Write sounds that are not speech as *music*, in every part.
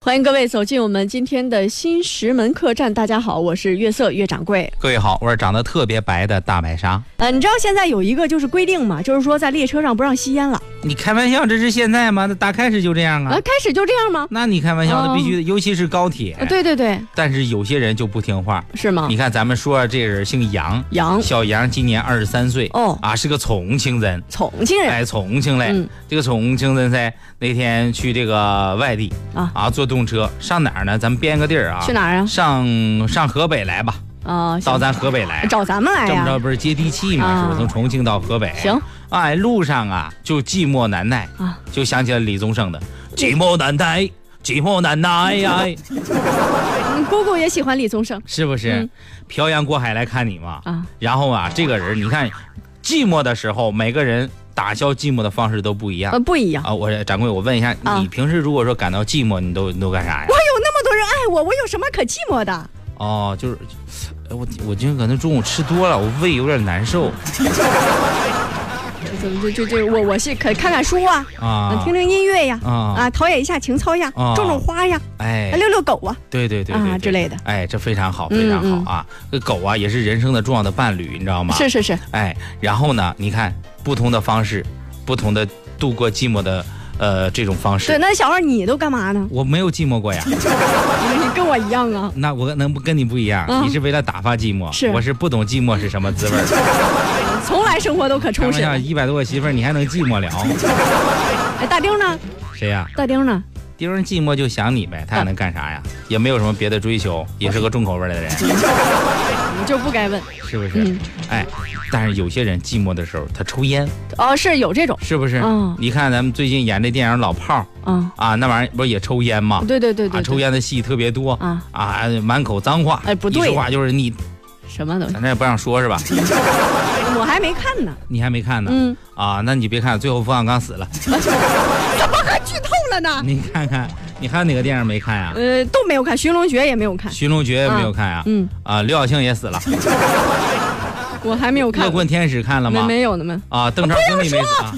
欢迎各位走进我们今天的新石门客栈。大家好，我是月色月掌柜。各位好，我是长得特别白的大白鲨。呃，你知道现在有一个就是规定嘛，就是说在列车上不让吸烟了。你开玩笑，这是现在吗？那打开始就这样啊，啊。开始就这样吗？那你开玩笑，那必须的，尤其是高铁。呃。对对对，但是有些人就不听话。是吗你？看，咱们说这人姓杨，杨小杨今年二十三岁，哦，啊，是个重庆人，重庆人。哎，重庆嘞。嗯这个重庆人噻，那天去这个外地啊坐动车上哪儿呢？咱们编个地儿啊，去哪儿啊？上上河北来吧，啊，行到咱河北来。找咱们来这么呀着？不是接地气嘛？啊是不是？从重庆到河北，行哎，路上啊就寂寞难耐啊，就想起了李宗盛的《寂寞难耐》，寂寞难耐 *laughs* 呀，嗯姑姑也喜欢李宗盛是不是嗯？漂洋过海来看你嘛。啊。然后啊，这个人你看，寂寞的时候，每个人打消寂寞的方式都不一样呃，不一样。啊。我掌柜，我问一下，啊你平时如果说感到寂寞，你都你都干啥呀我？有那么多人爱我，我有什么可寂寞的？哦，就是，哎我我今天可能中午吃多了，我胃有点难受这怎么就就就我我是可看看书啊，啊。听听音乐呀，啊，啊，陶冶一下情操呀，啊种种花呀，哎，遛遛狗啊，对对对对啊对之类的。嗯哎，这非常好，非常好啊！这狗啊，也是人生的重要的伴侣，你知道吗？是。是是，哎，然后呢，你看不同的方式，不同的度过寂寞的呃这种方对，式。那小二你都干嘛呢？我没有寂寞 *laughs* 过呀，你跟我一样啊，那我能不跟你不一样？嗯你是为了打发寂寞，是我是不懂寂寞是什么滋味 *laughs* 儿。从来生活都可开充玩实。笑，一百多个媳妇儿，你还能寂寞了？哎，大丁呢？谁呀、大丁呢？丁儿寂寞就想你呗，他还能干啥呀？也没有什么别的追求，也是个重口味儿的人，你就不该问。是不是？嗯，哎，但是有些人寂寞的时候，他抽烟，哦，是有这种，是不是？嗯你看咱们最近演那电影《老炮儿》嗯，啊，那玩意儿不是也抽烟吗？对对对啊，对，抽烟的戏特别多啊，啊，满口脏话。哎不对一说话就是你，什么东西？咱这也不让说是吧？哎我还没看呢。你还没看呢、嗯，啊？那你别看，最后冯小刚死了，怎么还剧透了呢？你看看，你还有哪个电影没看呀、呃，都没有看，《寻龙诀》也没有看。寻龙诀》也没有看呀、啊？嗯，刘晓庆也死了，《我还没有看恶。棍天使》看了没吗？没有呢吗？啊，邓超兄弟没死啊？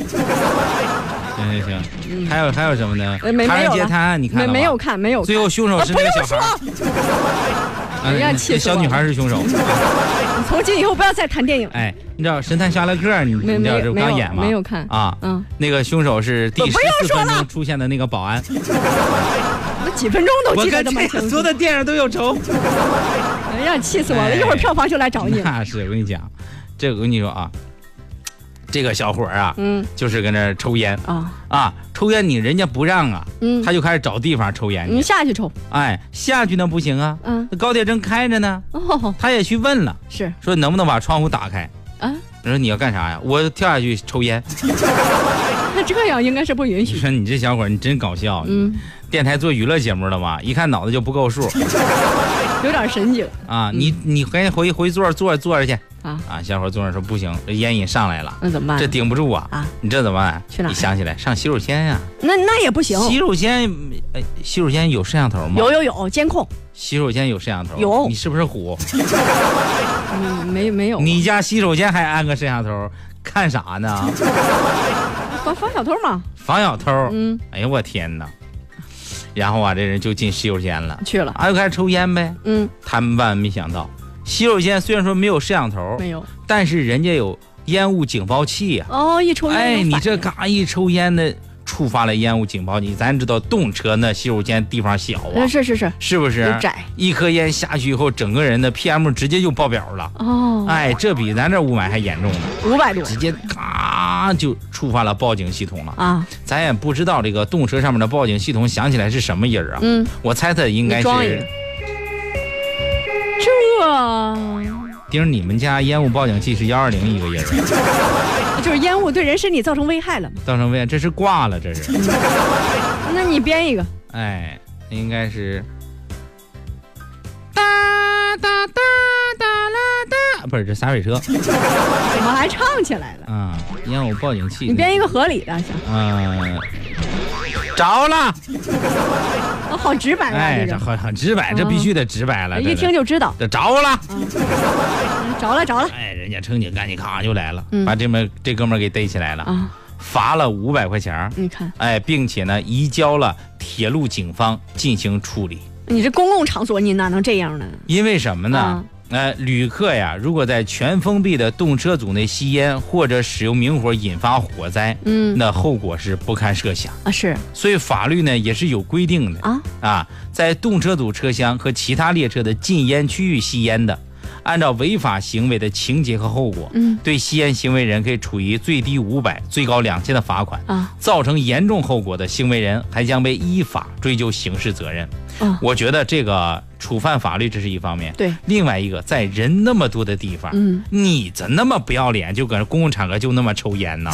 行行行，还有还有什么呢？嗯呃没唐没人有街了探案》你看没了吗没有看，没有看。最后凶手啊是不那用个小说孩儿，，哎呀那气死啊小我女了孩儿是凶手。从今以后不要再谈电影。哎，你知道《神探夏洛克》你没你没知道这不没刚有演吗？没有看。啊，嗯，那个凶手是第我十不要四说分了钟出现的那个保安。那几分钟都我记得这跟么这清个 *laughs* 所楚。有的电影都 *laughs* 有仇。哎呀，气死我了！哎一会儿票房就来找你。那是我跟你讲，这个我跟你说啊，这个小伙儿啊，嗯就是跟那儿抽烟啊，啊，抽烟你人家不让啊，嗯，他就开始找地方抽烟你去。下去抽。哎，下去那不行啊，嗯，那高铁正开着呢，哦，他也去问了，是说能不能把窗户打开。啊，我说你要干啥呀？我跳下去抽 *laughs* 烟。那这样应该是不允你许。说你这小伙儿，你真搞笑。啊嗯，电台做娱乐节目的嘛，一看脑子就不够数嗯有点神经。啊！你你赶紧回回座儿坐着坐着去嗯啊啊！小伙儿坐着说不行，这烟瘾上来了，那怎么办这？顶不住啊！啊你这怎么办？去哪儿你想起来上洗手间呀、那那也不行。洗手间，哎，洗手间有摄像头吗？有。有有，监控。洗手间有摄像头。有你是不是虎？嗯，没没有。你家洗手间还安个摄像头，看啥 *laughs* 呢？防防小偷嘛？防小偷。嗯，哎呦我天哪！然后啊，这人就进洗手间了，去了。啊，又开始抽烟呗。嗯，他们万万没想到，洗手间虽然说没有摄像头，没有。但是人家有烟雾警报器呀、哦，一抽烟。哎，你这。嘎一抽烟的，触发了烟雾警报器。咱知道动车那洗手间地方小呃，啊，是是是，是啊不是有？窄。一颗烟下去以后，整个人的 PM 直接就爆表了。哦，哎，这比咱这雾霾还严重呢，五百多直接嘎就触发了报警系统了。啊。咱也不知道这个动车上面的报警系统响起来是什么音儿啊？嗯，我猜测应该你装一是个这丁儿，你们家烟雾报警器是幺二零一个 *laughs* 音儿啊。就是烟雾对人身体造成危害了嘛？造成危害，这是挂了，这是。那你编一个。哎，应该是。哒哒哒哒啦哒，不是这洒水车怎么还唱起来了？啊！烟雾报警器，你编一个合理的，行，嗯、着了，哦好直白啊，哎，这这种很很直白，这必须得直白了，哎一这听就知道，这着了，着了着了哎，人家乘警赶紧咔就来了，嗯把这么这哥们儿给逮起来了。啊！罚了五百块钱儿，你看，哎，并且呢移交了铁路警方进行处理。你这公共场所你哪能这样呢？因为什么嗯呢？呃，旅客呀，如果在全封闭的动车组内吸烟或者使用明火引发火灾，嗯那后果是不堪设想。啊是所以法律呢也是有规定的啊，啊，在动车组车厢和其他列车的禁烟区域吸烟的，按照违法行为的情节和后果，嗯对吸烟行为人可以处以最低五百、最高两千的罚款。啊造成严重后果的行为人，还将被依法追究刑事责任。嗯我觉得这个触犯法律这是一方面，对，另外一个在人那么多的地方，嗯，你怎那么不要脸，就搁那公共场合就那么抽烟 *laughs* 呢？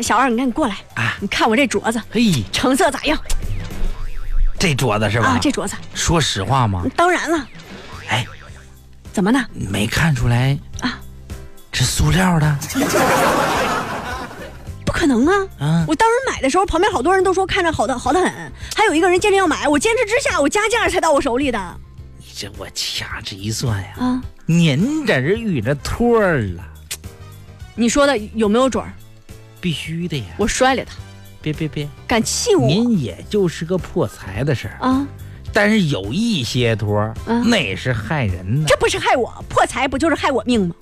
小二，你看你过来啊，你看我这镯子嘿，成色咋样这桌子是吧？啊？这镯子，说实话嘛，当然了，哎，怎么呢？你没看出来啊？是塑料的不可能啊！啊？我当时买的时候，旁边好多人都说看着好的好的很，还有一个人坚持要买，我坚持之下，我加价才到我手里的啊！你这我掐指一算呀，您这是遇着托儿了，你说的有没有准儿？必须的呀！我摔了他，别别别，敢气我您也就是个破财的事儿。啊！但是有一些托儿，嗯那也是害人的。这不是害我破财，不就是害我命吗？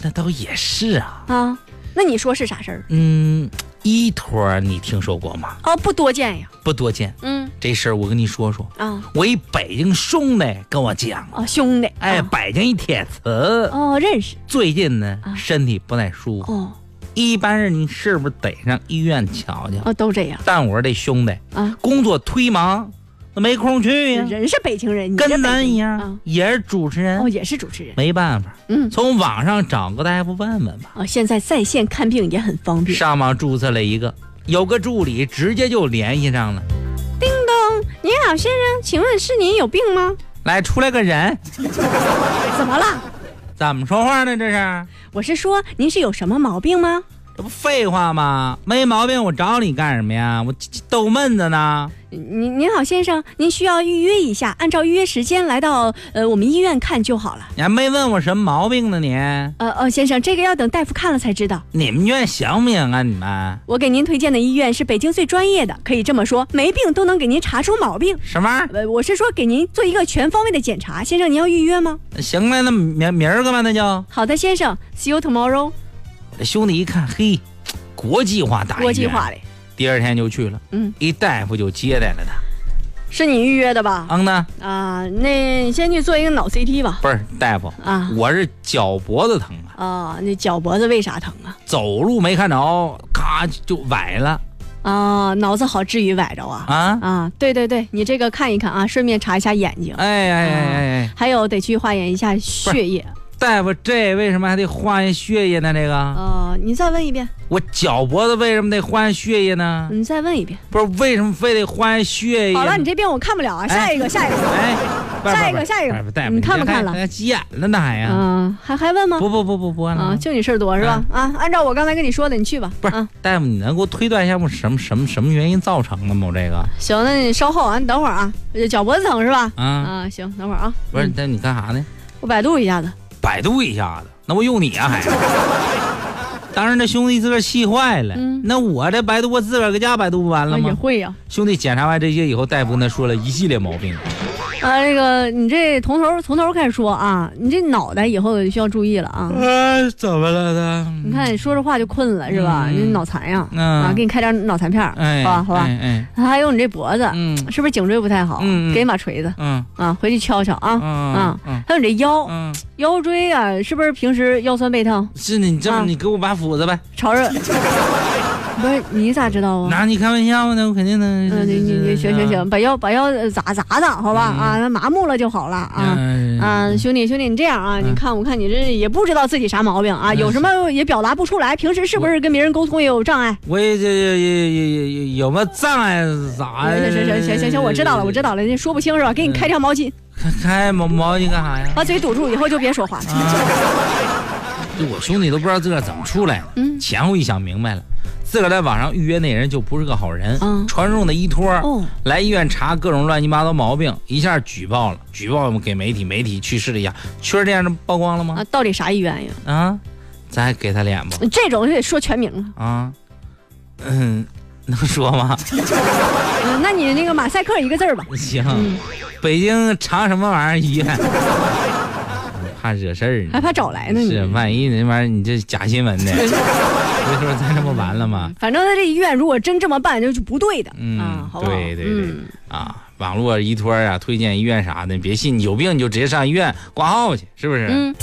那倒也是啊，啊，那你说是啥事儿？嗯，一托儿你听说过吗？啊，不多见呀。不多见。嗯这事儿我跟你说说，啊我一北京兄弟跟我讲，啊，兄弟，哎，啊北京一铁磁，哦，认识最近呢啊身体不太舒服，哦一般人你是不是得上医院瞧瞧？哦，都这样但我说这兄弟啊。工作忒忙，那没空去呀，人是北京人，你这跟北咱京一啊样，也是主持哦，人，也是主持人。没办法，嗯从网上找个大夫问问吧。啊，现在在线看病也很方便。上网注册了一个，有个助理直接就联系上了。您好，先生，请问是您有病吗？来，出来个人，怎么了？怎么说话呢？这是，我是说您是有什么毛病吗？这不废话吗？没毛病，我找你干什么呀？我这这逗闷子呢。您您好，先生，您需要预约一下，按照预约时间来到呃我们医院看就好了。你还没问我什么毛病呢你？呃哦，先生，这个要等大夫看了才知道。你们院行不行啊？你们我给您推荐的医院是北京最专业的，可以这么说，没病都能给您查出毛病。什么玩意呃，我是说给您做一个全方位的检查，先生，您要预约吗？儿？行了，那明明儿个吧，那就。好的，先生，see you tomorrow。我这兄弟一看，嘿，国际化大医院国际化，嘞，第二天就去了。嗯，一大夫就接待了他。是你预约的吧？嗯呢，啊，那你先去做一个脑 CT 吧。不是大夫，啊我是脚脖子疼啊。啊，那脚脖子为啥疼啊？走路没看着，咔就崴了啊，脑子好至于崴着啊？啊！啊，对对对，你这个看一看啊，顺便查一下眼睛，哎呀呀呀呀！还有得去化验一下血液。大夫，这为什么还得化验血液呢？这个，呃，你再问一遍，我脚脖子为什么得化验血液呢？你再问一遍。不是，为什么非得化验血液呢？好了，你这病我看不了啊，下一个，下一个。哎，不是下一个不是下一个不是大夫，你看不看了还还急眼了呢还呀？嗯，还还问吗？不不不不不啊，呢！就你事儿多是吧？啊，按照我刚才跟你说的，你去吧。不是啊，大夫，你能给我推断一下我什么什么什么原因造成的吗？我这个行，那你稍后啊，你等会儿啊，呃脚脖子疼是吧？啊，啊，行，等会儿啊，不是，嗯那你干啥呢？我百度一下子。百度一下子，那不用 *laughs* 你啊还。当时那兄弟自个儿气坏了，嗯那我这百度我自个儿搁家百度不完了啊也吗？会呀、兄弟检查完这些以后，大夫跟他说了一系列毛病。啊。那个你这从头从头开始说啊，你这脑袋以后需要注意了啊。呃，怎么了他？你看你说着话就困了是吧？嗯你脑残呀、嗯啊，给你开点脑残片儿，哎，好吧好吧。哎哎，还有你这脖子、嗯是不是颈椎不太好？嗯嗯给你把锤子嗯啊，回去敲敲啊。嗯嗯还有你这腰嗯，腰椎啊，是不是平时腰酸背疼？是你这啊 *laughs* 么，你给我把斧子呗。朝着不是你咋知道啊？拿你开玩笑吗？那我肯定能。嗯，你你你行行啊行，把药把药呃砸砸的好吧嗯啊，那麻木了就好了啊。嗯啊，兄弟，兄弟，你这样啊，嗯你看，我看你这也不知道自己啥毛病啊，嗯有什么也表达不出来，平时是不是跟别人沟通也有障碍？我也这也也也也有没有障碍啥行呀？行行行行行，我知道了，我知哎道了，你说不清是吧？给你开条毛巾，开。开毛毛巾干啥呀？把嘴堵住，以后就别说话了。啊就我兄弟都不知道自个儿怎么出来的。嗯前后一想明白了，自个儿在网上预约那人就不是个好人，嗯传说中的医托。哦，来医院查各种乱七八糟毛病，一下举报了，举报给媒体，媒体去试了一下，确实这样的曝光了吗？啊，到底啥医院呀？啊，咱还给他脸吗？这种就得说全名了。啊，嗯， *laughs* 能说 *laughs* 吗？嗯那你那个马赛克一个字儿吧。行，嗯北京查什么玩意儿医 *laughs* 院？怕惹事儿还呢，怕找来呢是你。万一那玩意儿你这假 *laughs* 新闻呢？回头咱这不完了吗？嗯反正在这医院，如果真这么办，就是不对的、嗯啊，好不好？对对对嗯，啊，网络医托啊，推荐医院啥的，别信，有病你就直接上医院挂号去，是不是？嗯